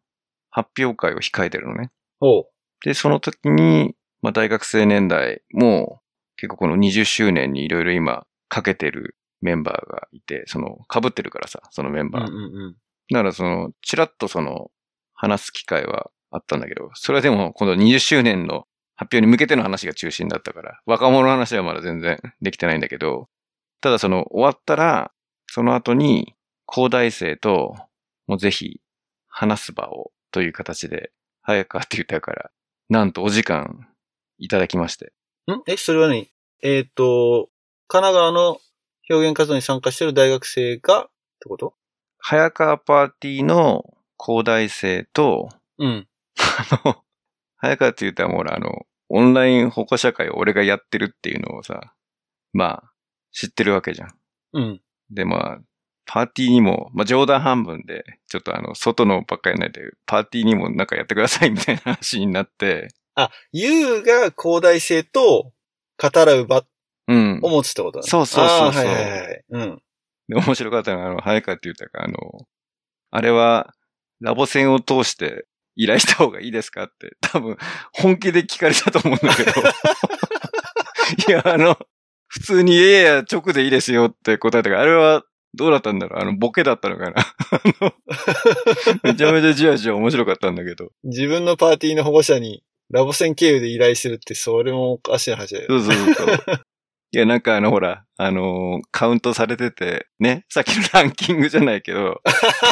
発表会を控えてるのね。
ほう。
で、その時に、まあ、大学生年代も結構この20周年にいろいろ今かけてるメンバーがいて、その被ってるからさ、そのメン
う
バ
ん
ー。
うん
だ
うん。
からその、ちらっとその、話す機会はあったんだけど、それはでも今度20周年の発表に向けての話が中心だったから、若者の話はまだ全然できてないんだけど、ただその終わったら、その後に、高大生と、もうぜひ、話す場を、という形で、早川って言ったから、なんとお時間、いただきまして。
んえ、それは何えっ、と、神奈川の表現活動に参加してる大学生が、ってこと
早川パーティーの高大生と、
うん。
あの、早川って言ったらもう俺あの、オンライン保護社会を俺がやってるっていうのをさ、まあ、知ってるわけじゃん。
うん。
で、まあ、パーティーにも、まあ冗談半分で、ちょっとあの、外のばっかりやらないで、パーティーにもなんかやってくださいみたいな話になって、
あ、ゆうが高大生と語らう場
うん。
を持つってことだ、ね
そうそうそうそ
あーは
う
いはいはい。うん。
で、面白かったのが、あの、早川って言ったか、あの、あれは、ラボ戦を通して依頼した方がいいですかって、多分、本気で聞かれたと思うんだけど。いや、あの、普通に、いやいや、直でいいですよって答えたから、あれは、どうだったんだろうあの、ボケだったのかなあのめちゃめちゃじわじわ面白かったんだけど。
自分のパーティーの保護者にラボ戦経由で依頼してるって、それもおかしな話だよ。
そうそうそう そう。いや、なんかあの、ほら、あのーカウントされてて、ね、さっきのランキングじゃないけど、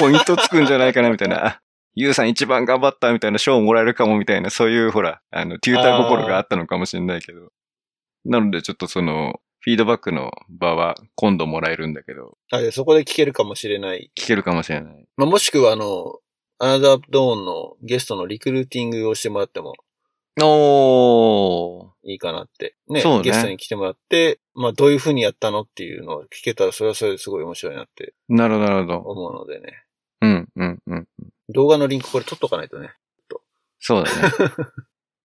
ポイントつくんじゃないかな、みたいな。あゆうさん一番頑張った、みたいな、賞もらえるかも、みたいな、そういう、ほら、あの、テューター心があったのかもしれないけど。なので、ちょっとその、フィードバックの場は今度もらえるんだけど、
あれ、そこで聞けるかもしれない。
聞けるかもしれない。
まあ、もしくはあの、アナザードーンのゲストのリクルーティングをしてもらっても
おー。
いいかなって。ね。
そうね
ゲストに来てもらって、まあ、どういう風にやったのっていうのを聞けたら、それはそれですごい面白いなって
なるほど、なるほど。
思うのでね。
うん、うん、うん。
動画のリンクこれ取っとかないとね。
そうだね。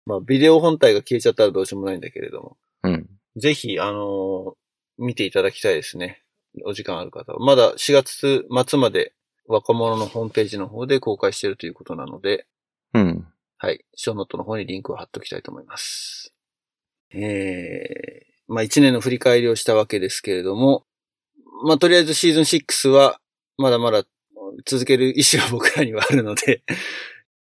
まあ、ビデオ本体が消えちゃったらどうしようもないんだけれども。
うん。
ぜひ、あのー見ていただきたいですね。お時間ある方は。まだ4月末まで若者のホームページの方で公開しているということなので、
うん。
はい。ショーノートの方にリンクを貼っときたいと思います。えー、まあ1年の振り返りをしたわけですけれども、まあとりあえずシーズン6はまだまだ続ける意思は僕らにはあるので、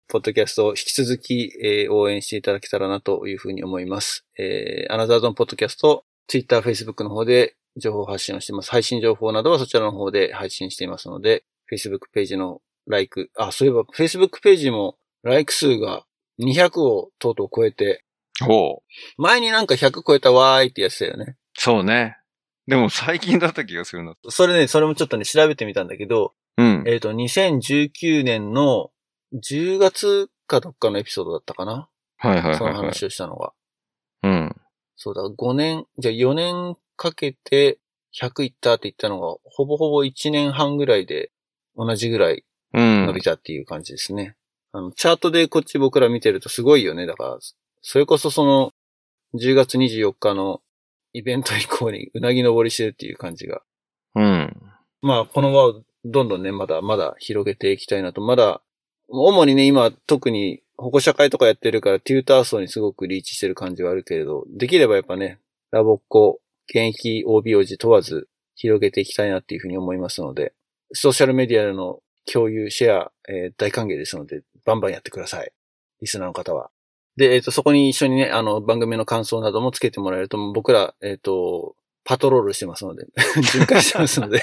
ポッドキャストを引き続き、えー応援していただけたらなというふうに思います。えー、アナザードンポッドキャスト、Twitter、Facebook の方で情報発信をしています。配信情報などはそちらの方で配信していますので、Facebook ページの like、あ、そういえば Facebook ページもライク数が200をとうとう超えて、
ほう。
前になんか100超えたわーいってやつだよね。
そうね。でも最近だった気がするな。
それね、それもちょっとね、調べてみたんだけど、
うん。
えっ、と、2019年の10月かどっかのエピソードだったかな
はいはい
そ
はい、
の
はい。
話をしたのが。
うん。
そうだ、5年、じゃあ4年かけて100いったって言ったのが、ほぼほぼ1年半ぐらいで同じぐらい
うん。
伸びたっていう感じですね。あの、チャートでこっち僕ら見てるとすごいよね。だから、それこそその、10月24日のイベント以降にうなぎ登りしてるっていう感じが。
うん。
まあ、この輪をどんどんね、まだまだ広げていきたいなと。まだ、主にね、今特に保護者会とかやってるから、テューター層にすごくリーチしてる感じはあるけれど、できればやっぱね、ラボっ子、現役 OB おじ問わず広げていきたいなっていうふうに思いますので、ソーシャルメディアでの共有、シェア、えー大歓迎ですので、バンバンやってください。リスナーの方は。で、えっ、と、そこに一緒にね、あの、番組の感想などもつけてもらえると、僕ら、えっ、と、パトロールしてますので、 巡回してますので、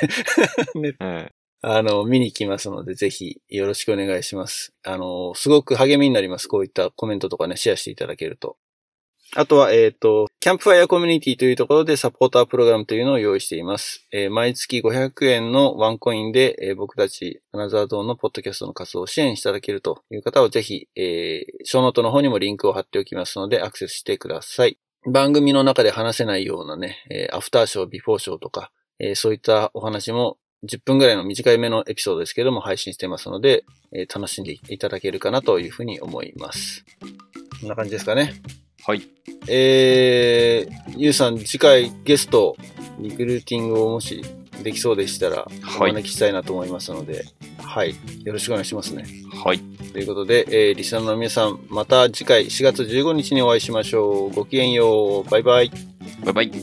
はい。
あの、見に来ますので、ぜひよろしくお願いします。あの、すごく励みになります。こういったコメントとかね、シェアしていただけると。あとは、えっ、と、キャンプファイアコミュニティというところでサポータープログラムというのを用意しています。えー毎月500円のワンコインで、えー僕たち、アナザードーンのポッドキャストの活動を支援していただけるという方は、ぜひ、えー、ショーノートの方にもリンクを貼っておきますので、アクセスしてください。番組の中で話せないようなね、えーアフターショー、ビフォーショーとか、えーそういったお話も10分ぐらいの短い目のエピソードですけども配信してますので、えー楽しんでいただけるかなというふうに思います。こんな感じですかね。
はい。
えー、ゆうさん、次回ゲスト、リクルーティングをもしできそうでしたら、お
はい。
招きしたいなと思いますので、はい、よろしくお願いしますね。
はい。
ということで、えーリスナーの皆さん、また次回4月15日にお会いしましょう。ごきげんよう。バイバイ。
バイバイ。